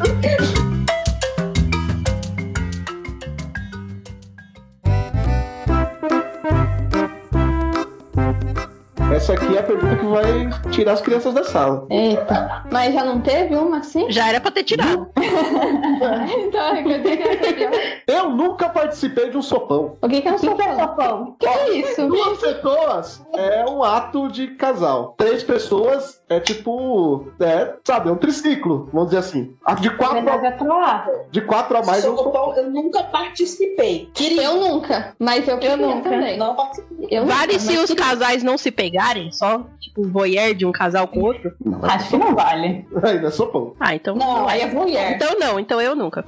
[SPEAKER 2] Essa aqui é a pergunta que vai tirar as crianças da sala.
[SPEAKER 4] Eita, mas já não teve uma assim?
[SPEAKER 3] já era pra ter tirado.
[SPEAKER 4] Então, é que eu tenho que entender.
[SPEAKER 2] Eu nunca participei de um sopão.
[SPEAKER 4] O que que é um
[SPEAKER 7] O que é
[SPEAKER 4] sopão?
[SPEAKER 7] sopão?
[SPEAKER 4] O que é isso?
[SPEAKER 2] Duas pessoas é um ato de casal. Três pessoas é tipo. É, sabe, é um triciclo, vamos dizer assim. A De
[SPEAKER 7] Na
[SPEAKER 2] quatro, a-
[SPEAKER 7] verdade é falar.
[SPEAKER 2] de quatro a mais é um sopão.
[SPEAKER 5] Socopão, eu nunca participei.
[SPEAKER 4] Eu nunca, mas eu queria
[SPEAKER 7] nunca.
[SPEAKER 4] também.
[SPEAKER 5] Não participei.
[SPEAKER 4] Eu
[SPEAKER 3] Vale
[SPEAKER 4] nunca,
[SPEAKER 3] se os
[SPEAKER 4] mas queria.
[SPEAKER 3] casais não se pegarem, só, tipo, voyeur de um casal com o outro.
[SPEAKER 6] Acho que não vale.
[SPEAKER 2] Ainda é sopão.
[SPEAKER 3] Ah, então.
[SPEAKER 5] Não, aí é mulher.
[SPEAKER 3] Então não, então eu nunca.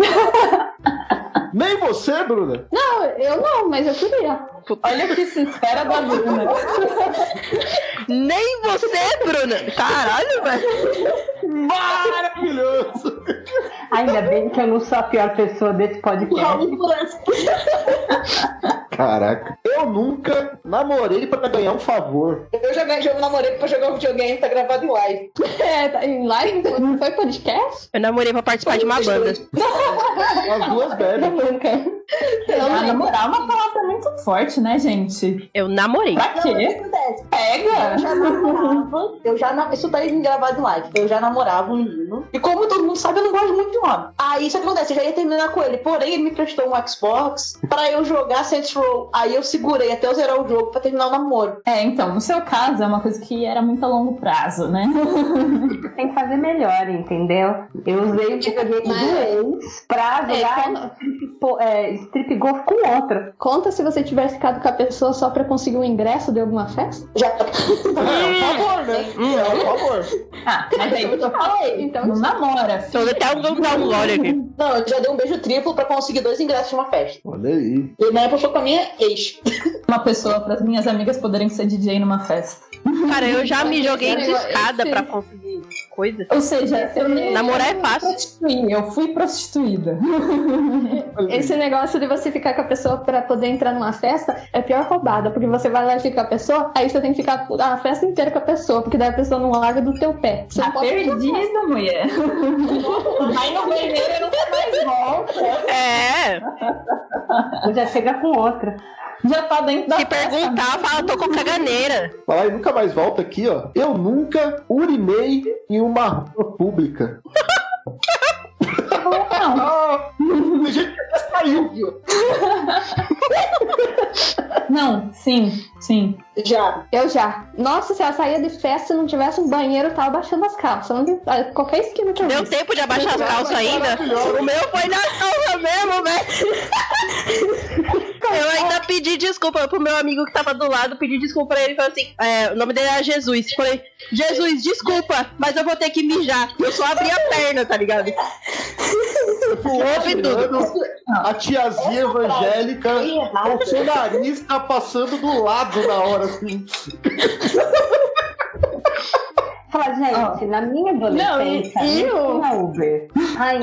[SPEAKER 2] Nem você, Bruna.
[SPEAKER 4] Não, eu não, mas eu queria.
[SPEAKER 6] Olha o que se espera da Bruna.
[SPEAKER 3] Nem você, Bruna. Caralho, velho.
[SPEAKER 2] Maravilhoso.
[SPEAKER 7] Ainda bem que eu não sou a pior pessoa desse podcast.
[SPEAKER 2] Caraca. Eu nunca namorei pra ganhar um favor.
[SPEAKER 5] Eu já ganhei jogo namorei pra jogar um videogame, tá gravado em live.
[SPEAKER 4] É, tá em live? Não foi podcast?
[SPEAKER 3] Eu namorei pra participar de uma banda.
[SPEAKER 2] As duas
[SPEAKER 4] Eu
[SPEAKER 2] bebem.
[SPEAKER 4] nunca. Eu
[SPEAKER 6] Ah,
[SPEAKER 4] não
[SPEAKER 6] namorar é uma palavra muito forte, né, gente?
[SPEAKER 3] Eu namorei.
[SPEAKER 6] Pra quê?
[SPEAKER 5] acontece. Eu
[SPEAKER 6] Pega!
[SPEAKER 5] já namorava, eu já na- isso tá em gravado em live. Eu já namorava um menino. E como todo mundo sabe, eu não gosto muito de homem. Aí isso acontece, eu já ia terminar com ele. Porém, ele me prestou um Xbox pra eu jogar Saints Row. Aí eu segurei até eu zerar o jogo pra terminar o namoro.
[SPEAKER 6] É, então, no seu caso, é uma coisa que era muito a longo prazo, né?
[SPEAKER 7] Tem que fazer melhor, entendeu? Eu usei o videogame do ex pra
[SPEAKER 4] É,
[SPEAKER 7] jogar
[SPEAKER 4] conta,
[SPEAKER 7] pô, é, strip golf com outro.
[SPEAKER 4] conta se você tivesse ficado com a pessoa só pra conseguir um ingresso de alguma festa?
[SPEAKER 5] Já tá
[SPEAKER 2] É um favor, né? É um favor.
[SPEAKER 6] Ah, mas aí eu tô falando.
[SPEAKER 4] Então,
[SPEAKER 6] Não namora,
[SPEAKER 3] Então até um vamos dar um gole aqui.
[SPEAKER 5] Não, eu já dei um beijo triplo pra conseguir dois ingressos de uma festa.
[SPEAKER 2] Olha aí.
[SPEAKER 5] E na época eu fui com a minha ex.
[SPEAKER 6] uma pessoa para minhas amigas poderem ser DJ numa festa.
[SPEAKER 3] Cara, eu já me joguei de escada pra conseguir coisa.
[SPEAKER 6] Ou seja, eu nem
[SPEAKER 3] Namorar é fácil.
[SPEAKER 6] prostituí, eu fui prostituída.
[SPEAKER 4] Esse negócio de você ficar com a pessoa pra poder entrar numa festa é a pior roubada, porque você vai lá e fica com a pessoa, aí você tem que ficar a festa inteira com a pessoa, porque daí a pessoa não larga do teu pé. Você
[SPEAKER 6] Tá
[SPEAKER 4] não pode
[SPEAKER 6] perdida, mulher.
[SPEAKER 7] Aí no banheiro eu nunca mais volto.
[SPEAKER 3] É,
[SPEAKER 7] Já chega com outra.
[SPEAKER 6] Já tá dentro da
[SPEAKER 3] se
[SPEAKER 6] festa.
[SPEAKER 3] perguntar, fala, tô com caganeira.
[SPEAKER 2] Falar e nunca mais volta aqui, ó. Eu nunca urinei em uma rua pública. Não. gente até saiu. viu?
[SPEAKER 6] Não, sim, sim.
[SPEAKER 5] Já.
[SPEAKER 4] Eu já. Nossa, se eu saía de festa e não tivesse um banheiro, eu tava baixando as calças. Onde- a- Qualquer esquina que eu
[SPEAKER 3] Deu
[SPEAKER 4] visse.
[SPEAKER 3] tempo de abaixar as calças ainda? O meu foi na calça mesmo, velho. Eu ainda pedi desculpa pro meu amigo que tava do lado, pedi desculpa pra ele e falei assim: é, o nome dele era Jesus. Falei, Jesus, desculpa, mas eu vou ter que mijar. Eu só abri a perna, tá ligado? Houve tudo.
[SPEAKER 2] A tiazinha evangélica, bolsonarista, passando do lado na hora, assim.
[SPEAKER 7] Fala, gente, na minha adolescência,
[SPEAKER 4] Não, e-
[SPEAKER 7] não
[SPEAKER 4] eu-
[SPEAKER 7] tinha Uber. Ai,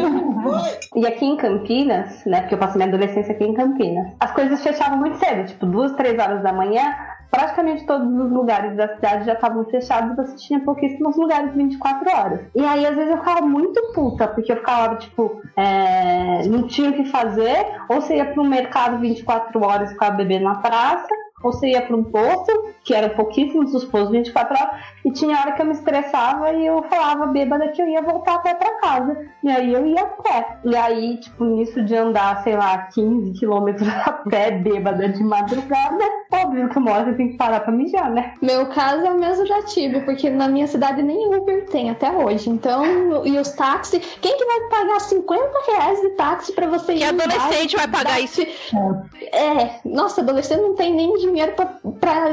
[SPEAKER 7] e aqui em Campinas, né? Porque eu passei minha adolescência aqui em Campinas, as coisas fechavam muito cedo, tipo duas, três horas da manhã. Praticamente todos os lugares da cidade já estavam fechados, você tinha pouquíssimos lugares 24 horas. E aí, às vezes, eu ficava muito puta, porque eu ficava, tipo, é, não tinha o que fazer, ou você ia pro mercado 24 horas e ficava bebendo na praça, ou você ia pra um posto, que era pouquíssimos os postos 24 horas, e tinha hora que eu me estressava e eu falava bêbada que eu ia voltar a pé pra casa. E aí eu ia a pé. E aí, tipo, nisso de andar, sei lá, 15 quilômetros a pé, bêbada de madrugada, óbvio que uma hora você tem que parar pra mijar, né?
[SPEAKER 4] Meu caso é o mesmo da Tibi, porque na minha cidade nem Uber tem até hoje. Então, e os táxis. Quem que vai pagar 50 reais de táxi pra você ir?
[SPEAKER 3] Que
[SPEAKER 4] em bar?
[SPEAKER 3] adolescente vai pagar isso?
[SPEAKER 4] É, nossa, adolescente não tem nem dinheiro pra, pra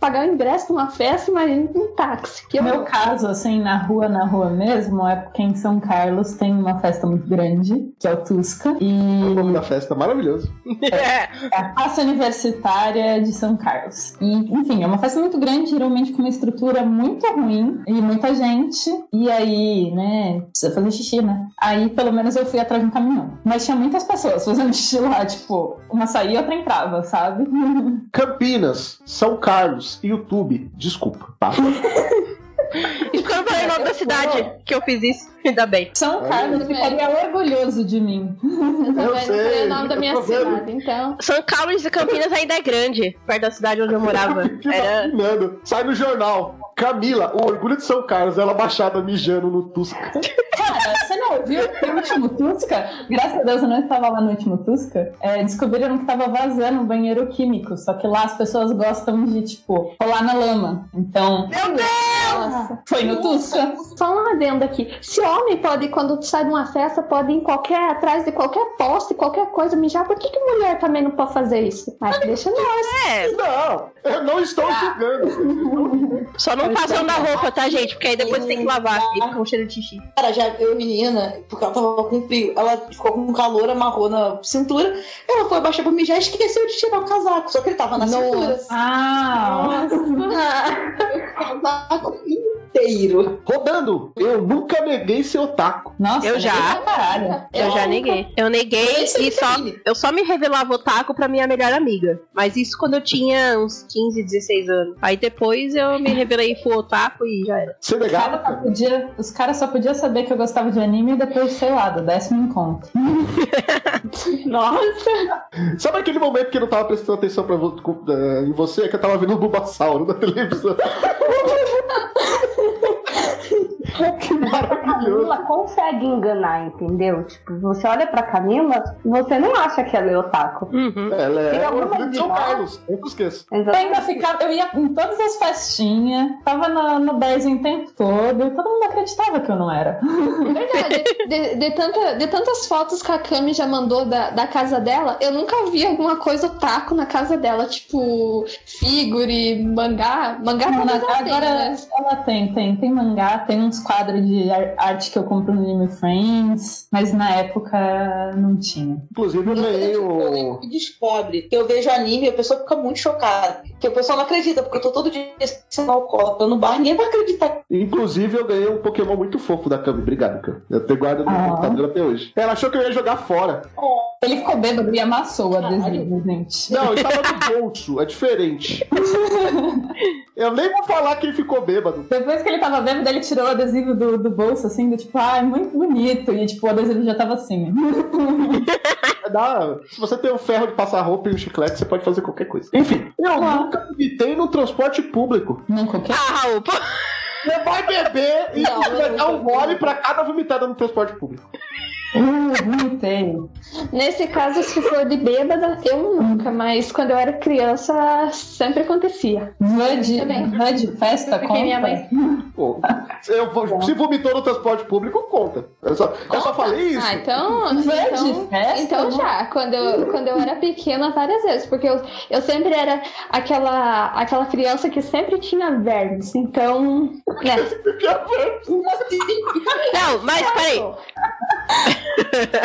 [SPEAKER 4] pagar o ingresso de uma festa, imagina um táxi. Que eu
[SPEAKER 6] Meu caso, assim, na rua, na rua mesmo, é porque em São Carlos tem uma festa muito grande, que é o Tusca.
[SPEAKER 2] O
[SPEAKER 6] E
[SPEAKER 2] nome da festa, maravilhoso.
[SPEAKER 3] É.
[SPEAKER 6] É a Praça Universitária de São Carlos. E, enfim, é uma festa muito grande, geralmente com uma estrutura muito ruim e muita gente. E aí, né, precisa fazer xixi, né? Aí, pelo menos, eu fui atrás de um caminhão. Mas tinha muitas pessoas fazendo xixi lá, tipo, uma saía, outra entrava, sabe?
[SPEAKER 2] Campinas, São Carlos, YouTube. Desculpa, tá?
[SPEAKER 3] Isso que eu não falei o nome da cidade que eu fiz isso. Ainda bem.
[SPEAKER 6] São Carlos ficaria orgulhoso de mim.
[SPEAKER 4] eu também não
[SPEAKER 2] sei, é
[SPEAKER 4] sei o nome da
[SPEAKER 2] eu
[SPEAKER 4] minha
[SPEAKER 2] tô vendo.
[SPEAKER 4] cidade, então.
[SPEAKER 3] São Carlos e Campinas ainda é grande, perto da cidade onde eu morava.
[SPEAKER 2] Fico
[SPEAKER 3] Era.
[SPEAKER 2] imaginando. Sai no jornal. Camila, o orgulho de São Carlos, ela baixada mijando no Tusca.
[SPEAKER 6] Cara, você não ouviu que o último Tusca? Graças a Deus eu não estava lá no último Tusca. É, descobriram que tava vazando um banheiro químico. Só que lá as pessoas gostam de, tipo, rolar na lama. Então,
[SPEAKER 3] Meu Deus!
[SPEAKER 4] Nossa.
[SPEAKER 6] foi no Tusca.
[SPEAKER 4] Só um adendo aqui. Se homem pode, quando sai de uma festa, pode ir em qualquer, atrás de qualquer poste, qualquer coisa, mijar, por que, que mulher também não pode fazer isso? Mas deixa nós.
[SPEAKER 3] É,
[SPEAKER 2] Não, eu não
[SPEAKER 4] Ah.
[SPEAKER 2] estou julgando.
[SPEAKER 3] só não passando na roupa, tá, gente? Porque aí depois tem que lavar e fica com cheiro de xixi.
[SPEAKER 5] Cara, já eu, menina, porque ela tava com frio, ela ficou com calor, amarrou na cintura, ela foi baixar pra mijar e esqueceu de tirar o casaco, só que ele tava na
[SPEAKER 4] Nossa.
[SPEAKER 5] cintura.
[SPEAKER 6] Ah,
[SPEAKER 5] O casaco inteiro.
[SPEAKER 2] Rodando, eu nunca neguei seu taco.
[SPEAKER 6] nossa. é
[SPEAKER 3] Eu já.
[SPEAKER 6] pra Caralho.
[SPEAKER 3] Eu já neguei. Eu neguei
[SPEAKER 5] Isso
[SPEAKER 3] e
[SPEAKER 5] aí,
[SPEAKER 3] só.
[SPEAKER 5] Camille.
[SPEAKER 3] Eu só me revelava otaku pra minha melhor amiga. Mas isso quando eu tinha uns 15, 16 anos. Aí depois eu me revelei pro otaku e já era.
[SPEAKER 2] Você
[SPEAKER 6] Os
[SPEAKER 2] negava?
[SPEAKER 6] caras só
[SPEAKER 2] cara?
[SPEAKER 6] podia- os caras só podiam saber que eu gostava de anime depois, sei lá, do décimo encontro.
[SPEAKER 4] Nossa.
[SPEAKER 2] Sabe aquele momento que eu não tava prestando atenção pra vo- com- eh, em você? Que eu tava vendo o Bulbasauro na televisão. que maravilhoso.
[SPEAKER 7] Camila consegue enganar, entendeu? Tipo, você olha pra Camila, você não acha que ela é otaku.
[SPEAKER 3] Uhum.
[SPEAKER 2] Ela é
[SPEAKER 7] Tem
[SPEAKER 2] o
[SPEAKER 7] alguma
[SPEAKER 2] orgulho de São
[SPEAKER 7] novidade?
[SPEAKER 2] Carlos. Eu não esqueço.
[SPEAKER 6] Eu
[SPEAKER 7] Exatamente.
[SPEAKER 6] ainda ficava, eu ia em todas as festinhas, tava no, no barzinho o tempo todo, e todo mundo acreditava que eu não era.
[SPEAKER 4] Verdade, de, de tanta, de tantas fotos que a Cami já mandou da, da casa dela, eu nunca vi alguma coisa taco na casa dela, tipo figure, mangá. Mangá
[SPEAKER 6] Não,
[SPEAKER 4] não,
[SPEAKER 6] na-
[SPEAKER 4] agora.
[SPEAKER 6] agora- Ela tem, tem, tem mangá, tem uns quadros de ar- arte que eu compro no Anime Friends, mas na época não tinha.
[SPEAKER 2] Inclusive, eu ganhei
[SPEAKER 5] Então, tipo, Eu lembro
[SPEAKER 2] o.
[SPEAKER 5] que descobre que eu vejo anime e a pessoa fica muito chocada. Que o pessoal não acredita, porque eu tô todo dia sendo alcoólatra no bar, ninguém vai acreditar.
[SPEAKER 2] Inclusive, eu ganhei um Pokémon muito fofo da Cami. Obrigado, Cami. Eu tenho guardado no
[SPEAKER 6] Ah.
[SPEAKER 2] computador até hoje. Ela achou que eu ia jogar fora.
[SPEAKER 6] Ele ficou bêbado e amassou o
[SPEAKER 5] Caralho.
[SPEAKER 6] adesivo, gente.
[SPEAKER 2] Não, ele tava no bolso. É diferente. Eu nem vou falar que ele ficou bêbado.
[SPEAKER 6] Depois que ele tava bêbado, ele tirou o adesivo do, do bolso, assim, do tipo, ah, é muito bonito. E, tipo, o adesivo já tava assim.
[SPEAKER 2] É da- Se você tem um ferro de passar roupa e um chiclete, você pode fazer qualquer coisa. Enfim, eu nunca vomitei no transporte público.
[SPEAKER 6] Não qualquer.
[SPEAKER 3] Ah, Raul, pô,
[SPEAKER 2] Você vai beber e
[SPEAKER 5] Não,
[SPEAKER 2] você vai
[SPEAKER 5] não,
[SPEAKER 2] dar um
[SPEAKER 5] não.
[SPEAKER 2] gole pra cada vomitada no transporte público.
[SPEAKER 6] Uh, não tem.
[SPEAKER 4] Nesse caso, se for de bêbada, eu nunca, mas quando eu era criança, sempre acontecia.
[SPEAKER 6] Vud,
[SPEAKER 4] Também.
[SPEAKER 6] Vud, festa,
[SPEAKER 4] Porque minha
[SPEAKER 6] conta.
[SPEAKER 2] Pô, se eu
[SPEAKER 5] Tá.
[SPEAKER 2] vou- se vomitou no transporte público, conta. Eu só, eu só falei isso.
[SPEAKER 4] Ah, então.
[SPEAKER 6] Vud,
[SPEAKER 4] então...
[SPEAKER 6] festa.
[SPEAKER 4] Então já, quando eu, quando eu era pequena, várias vezes, porque eu, eu sempre era aquela, aquela criança que sempre tinha vermes, então, né,
[SPEAKER 3] não, mas peraí.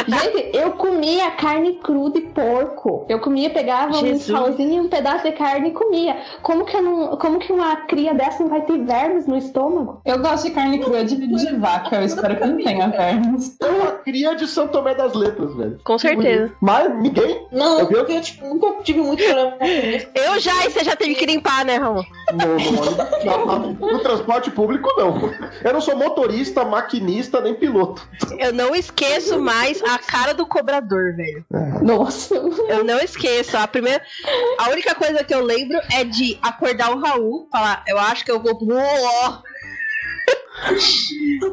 [SPEAKER 4] Gente, eu comia carne crua de porco. Eu comia, pegava
[SPEAKER 3] Jesus.
[SPEAKER 4] um salzinho e um pedaço de carne e comia. Como que, eu não, como que uma cria dessa não vai ter vermes no estômago?
[SPEAKER 6] Eu gosto de carne crua de, de vaca, eu espero que não tenha vermes.
[SPEAKER 2] É uma cria de São Tomé das Letras, velho.
[SPEAKER 3] Com certeza.
[SPEAKER 2] Mas ninguém.
[SPEAKER 5] Não,
[SPEAKER 2] Eu vi-
[SPEAKER 5] porque eu tipo, nunca tive muito né? problema com isso.
[SPEAKER 3] Eu já, e você já teve que limpar, né, Raul?
[SPEAKER 2] Não, não, não, não. No transporte público, não. Eu não sou motorista, maquinista, nem piloto.
[SPEAKER 3] Eu não esqueço mais a cara do cobrador, velho.
[SPEAKER 4] Nossa.
[SPEAKER 3] Eu não esqueço. A primeira. A única coisa que eu lembro é de acordar o Raul, falar, eu acho que eu vou. Uó!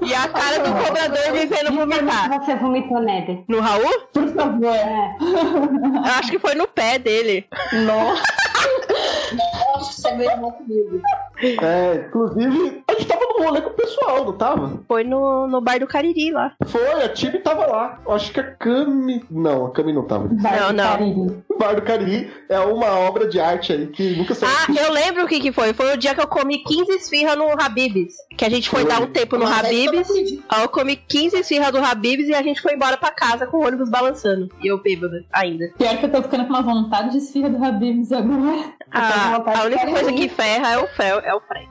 [SPEAKER 3] E a cara do cobrador me vendo vomitar.
[SPEAKER 7] Você vomitou neve.
[SPEAKER 3] No Raul?
[SPEAKER 6] Por favor.
[SPEAKER 3] Eu acho que foi no pé dele.
[SPEAKER 5] Nossa, meu irmão comigo.
[SPEAKER 2] É, inclusive, a gente tava no rolê com o pessoal, não tava?
[SPEAKER 3] Foi no, no bar do Cariri lá.
[SPEAKER 2] Foi, a Tibi tava lá. Eu acho que a Cami. Não, a Cami não tava.
[SPEAKER 6] Vai,
[SPEAKER 3] Não, não.
[SPEAKER 6] Cariri.
[SPEAKER 2] O Bar do Cariri é uma obra de arte aí que nunca saiu.
[SPEAKER 3] Ah, eu lembro o que que foi. Foi o dia que eu comi 15 esfirras no Habib's. Que a gente foi
[SPEAKER 2] Foi.
[SPEAKER 3] dar um tempo no
[SPEAKER 5] Mas aí eu não
[SPEAKER 3] Habib's.
[SPEAKER 5] acredito.
[SPEAKER 3] Aí eu comi 15 esfirras do Habib's e a gente foi embora pra casa com o ônibus balançando. E eu bêbada ainda.
[SPEAKER 6] Pior que eu tô ficando com uma vontade de esfirra do Habibs agora.
[SPEAKER 3] A,
[SPEAKER 7] uma vontade
[SPEAKER 3] Ah, a única
[SPEAKER 7] de
[SPEAKER 3] coisa
[SPEAKER 7] cair.
[SPEAKER 3] que ferra é o fel, é o Fred.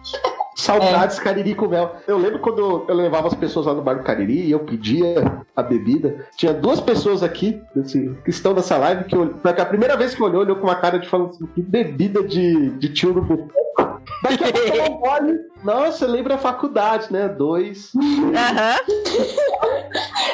[SPEAKER 2] Saudades Cariri com mel. Eu lembro quando eu levava as pessoas lá no bar do Cariri e eu pedia a bebida. Tinha duas pessoas aqui desse- que estão nessa live que eu, que a primeira vez que olhou, olhou com uma cara de falando assim, que bebida de, de tio no boteco. Daqui a pouco eu olho. Nossa, lembra a faculdade, né? Dois.
[SPEAKER 3] Aham.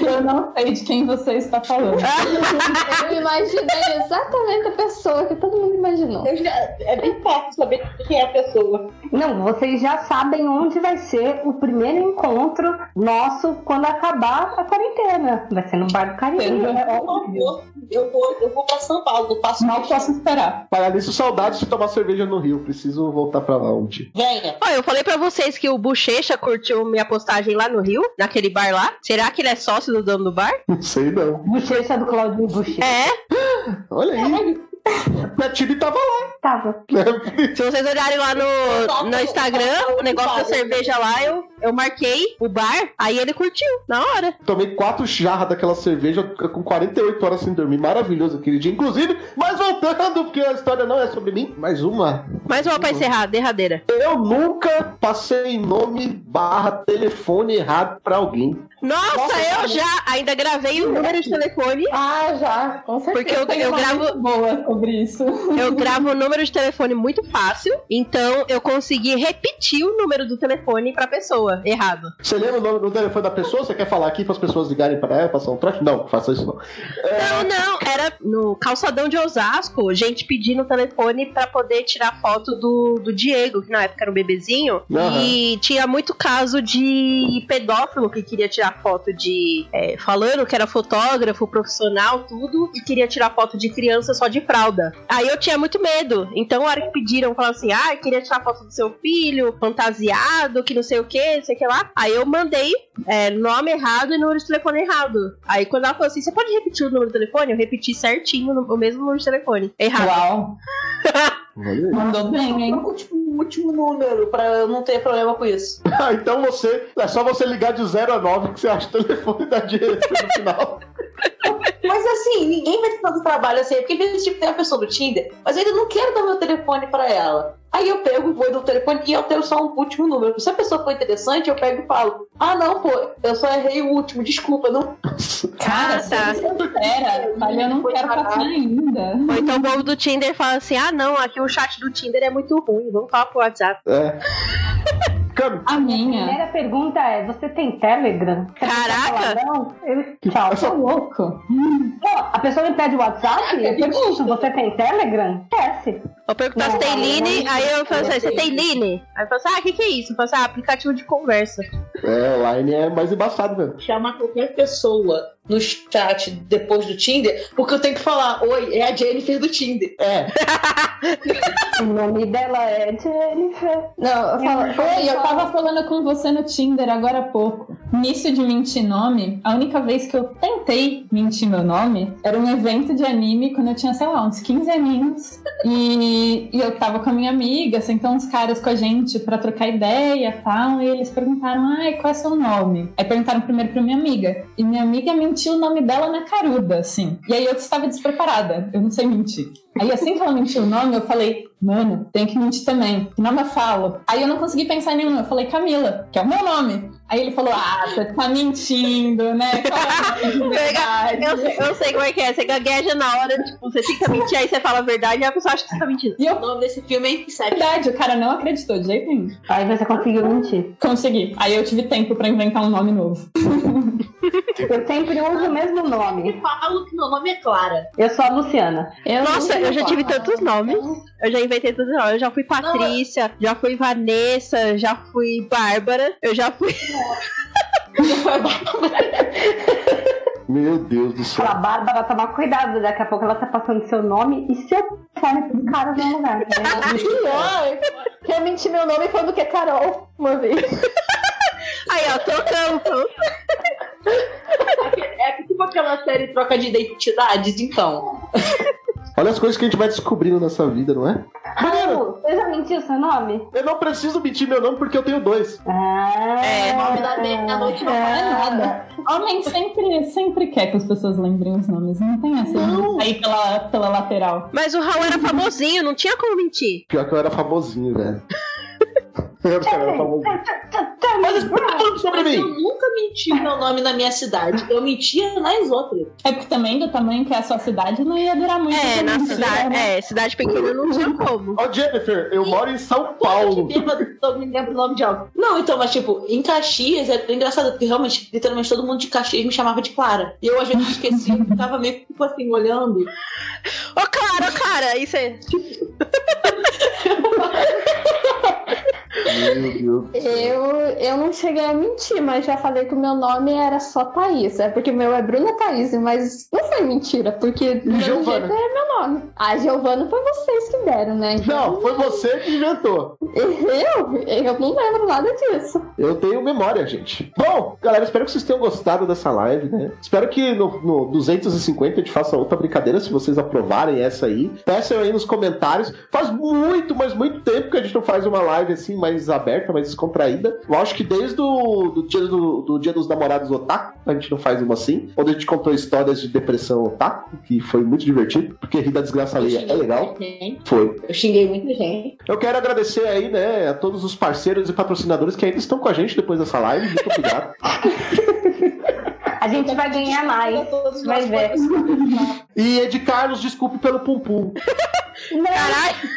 [SPEAKER 6] Eu não sei de quem você está falando.
[SPEAKER 4] Eu imaginei exatamente a pessoa que todo mundo imaginou.
[SPEAKER 5] Eu já- É bem fácil saber quem é a pessoa.
[SPEAKER 7] Não, vocês já sabem onde vai ser o primeiro encontro nosso quando acabar a quarentena. Vai ser no bar do Cariri.
[SPEAKER 6] Entendo.
[SPEAKER 7] é
[SPEAKER 5] Eu
[SPEAKER 7] óbvio.
[SPEAKER 5] vou, eu vou, eu vou pra São Paulo, eu passo
[SPEAKER 6] Mal posso esperar.
[SPEAKER 2] Para nisso, saudades de tomar cerveja no Rio. Preciso voltar pra lá um dia.
[SPEAKER 5] Venha.
[SPEAKER 3] Ó, eu falei pra vocês que o Bochecha curtiu minha postagem lá no Rio, naquele bar lá. Será que ele é sócio do dono do bar?
[SPEAKER 2] Não sei não.
[SPEAKER 7] Bochecha do Claudinho Bochecha.
[SPEAKER 3] É.
[SPEAKER 2] Olha aí. A Tibi tava lá. Né?
[SPEAKER 7] Tava.
[SPEAKER 3] Se vocês olharem lá no, no Instagram, o negócio da cerveja lá, eu, eu marquei o bar, aí ele curtiu, na hora.
[SPEAKER 2] Tomei quatro jarras daquela cerveja com 48 horas sem dormir. Maravilhoso aquele dia. Inclusive, mas voltando, porque a história não é sobre mim. Mais uma.
[SPEAKER 3] Mais uma pra
[SPEAKER 7] Uhum.
[SPEAKER 3] encerrar, derradeira.
[SPEAKER 2] Eu nunca passei nome barra telefone errado pra alguém.
[SPEAKER 3] Nossa,
[SPEAKER 2] Nossa,
[SPEAKER 3] eu
[SPEAKER 2] cara.
[SPEAKER 3] já ainda gravei o número de telefone,
[SPEAKER 4] Ah, já, com certeza.
[SPEAKER 3] porque eu,
[SPEAKER 6] Tem
[SPEAKER 3] eu
[SPEAKER 6] uma
[SPEAKER 3] gravo
[SPEAKER 6] muito boa sobre isso.
[SPEAKER 3] eu gravo o número de telefone muito fácil, então eu consegui repetir o número do telefone pra pessoa, errado.
[SPEAKER 2] Você lembra o nome do telefone da pessoa? Você quer falar aqui para as pessoas ligarem para ela, passar um trote? Não, faça isso não.
[SPEAKER 3] Não, não, era no calçadão de Osasco, gente pedindo o telefone pra poder tirar foto do, do Diego, que na época era um bebezinho,
[SPEAKER 2] Aham.
[SPEAKER 3] e tinha muito caso de pedófilo que queria tirar foto de. é, falando que era fotógrafo, profissional, tudo, e queria tirar foto de criança só de fralda. Aí eu tinha muito medo, então a hora que pediram, falaram assim: ah, eu queria tirar foto do seu filho, fantasiado, que não sei o que, não sei o que lá. Aí eu mandei é, nome errado e número de telefone errado. Aí quando ela falou assim, você pode repetir o número de telefone? Eu repeti Ah. certinho no- o mesmo número de telefone. Errado.
[SPEAKER 6] Uau.
[SPEAKER 2] Olha aí.
[SPEAKER 6] Mandou bem, hein?
[SPEAKER 5] Tipo, último número pra eu não ter problema com isso.
[SPEAKER 2] Ah, então você. É só você ligar de 0 a 9 que você acha o telefone da direita no final.
[SPEAKER 5] Mas assim, ninguém vai ter tanto trabalho assim, porque às vezes tipo, tem a pessoa do Tinder, mas eu ainda não quero dar meu telefone pra ela. Aí eu pego, vou do telefone e altero só um último número. Se a pessoa for interessante, eu pego e falo: Ah, não, pô, eu só errei o último, desculpa, não.
[SPEAKER 6] Cara,
[SPEAKER 3] Ah, tá.
[SPEAKER 6] você espera. Olha, eu não quero passar ainda.
[SPEAKER 3] Ou então o bobo do Tinder fala assim: ah, não, aqui o chat do Tinder é muito ruim, vamos falar pro WhatsApp.
[SPEAKER 2] É. Cami,
[SPEAKER 6] A minha.
[SPEAKER 7] Primeira pergunta é: você tem Telegram? Você
[SPEAKER 3] Caraca!
[SPEAKER 7] tem palavrão? Eu-
[SPEAKER 2] Ah,
[SPEAKER 7] Tchau.
[SPEAKER 2] É,
[SPEAKER 6] Tá louco?
[SPEAKER 7] Pô, a pessoa me pede o WhatsApp? Eu pergunto: você tem Telegram? Esquece.
[SPEAKER 3] Eu perguntar se tem Line, aí eu falo assim: você tem Line? Aí eu falo assim: ah, o que, que é isso? Eu falo assim: ah, aplicativo de conversa.
[SPEAKER 2] é, online é mais embaçado mesmo.
[SPEAKER 5] Chamar qualquer pessoa no chat depois do Tinder, porque eu tenho que falar: Oi, é a Jennifer do Tinder.
[SPEAKER 2] É,
[SPEAKER 7] O nome dela é Jennifer.
[SPEAKER 4] Não, eu falo,
[SPEAKER 6] Oi, eu tava falando com você no Tinder agora há pouco. Nisso de mentir nome, a única vez que eu tentei mentir meu nome era um evento de anime quando eu tinha, sei lá, uns 15 aninhos. E, e eu tava com a minha amiga, sentou uns caras com a gente pra trocar ideia e tal. E eles perguntaram, ai, qual é seu nome? Aí perguntaram primeiro pra minha amiga. E minha amiga mentiu o nome dela na caruda, assim. E aí eu estava despreparada, eu não sei mentir. Aí assim que ela mentiu o nome, eu falei, mano, tem que mentir também. Que nome eu falo? Aí eu não consegui pensar em nenhum. Eu falei, Camila, que é o meu nome. Aí ele falou, ah, você tá mentindo, né? Qual é o nome de verdade?
[SPEAKER 3] Eu, sei- eu sei como é que é, você gagueja na hora, tipo, você tenta mentir, aí você fala a verdade e a pessoa acha que você tá mentindo.
[SPEAKER 6] E eu,
[SPEAKER 5] O nome desse filme é Inception.
[SPEAKER 6] verdade, o cara não acreditou de jeito nenhum.
[SPEAKER 7] Aí você conseguiu mentir.
[SPEAKER 6] Consegui. Aí eu tive tempo pra inventar um nome novo.
[SPEAKER 7] Eu sempre uso o mesmo nome.
[SPEAKER 5] Falo que meu nome é Clara.
[SPEAKER 7] Eu sou a Luciana.
[SPEAKER 4] eu
[SPEAKER 3] Nossa, eu já tive
[SPEAKER 4] tanto.
[SPEAKER 3] tantos nomes. Eu já inventei tantos nomes. Eu já fui Patrícia, já fui Vanessa, já fui Bárbara, eu já fui.
[SPEAKER 2] meu Deus do céu.
[SPEAKER 7] Fala, Bárbara, tomar cuidado. Daqui a pouco ela tá passando seu nome e seu cara dos caras no lugar. né?
[SPEAKER 4] Pior, que eu menti meu nome falando que é Carol uma vez.
[SPEAKER 3] Aí, ó, trocamos.
[SPEAKER 5] É tipo aquela série Troca de Identidades, então.
[SPEAKER 2] Olha as coisas que a gente vai descobrindo nessa vida, não é?
[SPEAKER 7] Mano, você já mentiu seu nome?
[SPEAKER 2] Eu não preciso mentir meu nome porque eu tenho dois.
[SPEAKER 7] Ah,
[SPEAKER 3] É,
[SPEAKER 5] O nome da minha noite não fala nada.
[SPEAKER 6] é Homem sempre, sempre quer que as pessoas lembrem os nomes. Não tem essa de sair pela, pela lateral.
[SPEAKER 3] Mas o Raul era famosinho, não tinha como mentir.
[SPEAKER 2] Pior que eu era famosinho, velho. Eu era famosinho. Mas por que tá falando sobre
[SPEAKER 5] Eu
[SPEAKER 2] mim?
[SPEAKER 5] nunca menti meu nome na minha cidade. Eu mentia nas outras.
[SPEAKER 6] É porque também do tamanho que é a sua cidade não ia durar muito.
[SPEAKER 3] É,
[SPEAKER 6] pra
[SPEAKER 3] na
[SPEAKER 6] mentir,
[SPEAKER 3] cidade,
[SPEAKER 6] né?
[SPEAKER 3] é, cidade pequena não tinha como.
[SPEAKER 2] Ó, Jennifer, eu moro em São Paulo.
[SPEAKER 5] Bêbado, Eu me lembro o nome de alguém. Não, então, mas tipo, em Caxias era engraçado, porque realmente, literalmente, todo mundo de Caxias me chamava de Clara. E eu às vezes esquecia, eu ficava meio que tipo assim, olhando.
[SPEAKER 3] Ô, cara, ô, cara, isso aí.
[SPEAKER 2] Meu Deus.
[SPEAKER 4] Eu, eu não cheguei a mentir, mas já falei que o meu nome era só Thaís. É porque o meu é Bruna Thaís, mas não foi mentira, porque do mesmo
[SPEAKER 2] Giovana?
[SPEAKER 4] jeito é meu nome. A Giovana foi vocês que deram, né? Então,
[SPEAKER 2] Não, foi você que inventou.
[SPEAKER 4] Eu? Eu não lembro nada disso.
[SPEAKER 2] Eu tenho memória, gente. Bom, galera, espero que vocês tenham gostado dessa live, né? Espero que no, no 250 a gente faça outra brincadeira, se vocês aprovarem essa aí. Peçam aí nos comentários. Faz muito, mas muito tempo que a gente não faz uma live assim, mais aberta, mais descontraída. Eu acho que desde o do dia, do, do dia dos namorados otaku, a gente não faz uma assim. Onde a gente contou histórias de depressão otaku, que foi muito divertido, porque rir da desgraça
[SPEAKER 5] Eu
[SPEAKER 2] alheia é
[SPEAKER 5] xinguei
[SPEAKER 2] legal.
[SPEAKER 5] muita gente.
[SPEAKER 2] Foi.
[SPEAKER 5] Eu xinguei muita gente.
[SPEAKER 2] Eu quero agradecer aí, né, a todos os parceiros e patrocinadores que ainda estão com a gente depois dessa live. Muito obrigado.
[SPEAKER 7] a gente vai ganhar é mais.
[SPEAKER 5] Todos
[SPEAKER 7] Vai
[SPEAKER 5] nós
[SPEAKER 7] ver.
[SPEAKER 5] fomos-
[SPEAKER 2] E Ed Carlos, desculpe pelo Pum Pum.
[SPEAKER 3] Caralho,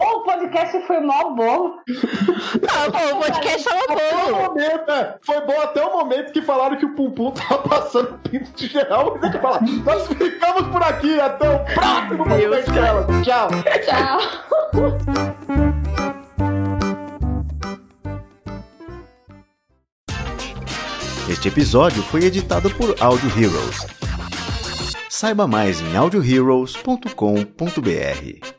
[SPEAKER 7] O podcast foi mó bom.
[SPEAKER 3] não, pô, o podcast é tava
[SPEAKER 2] Foi,
[SPEAKER 3] bom.
[SPEAKER 2] um momento, é, foi bom até o momento que falaram que o Pum Pum tava passando pinto de geral. Mas a gente fala, nós ficamos por aqui. Até o próximo Deus, Tchau.
[SPEAKER 4] Tchau.
[SPEAKER 10] Este episódio foi editado por Audio Heroes. Saiba mais em audioheroes.com.br.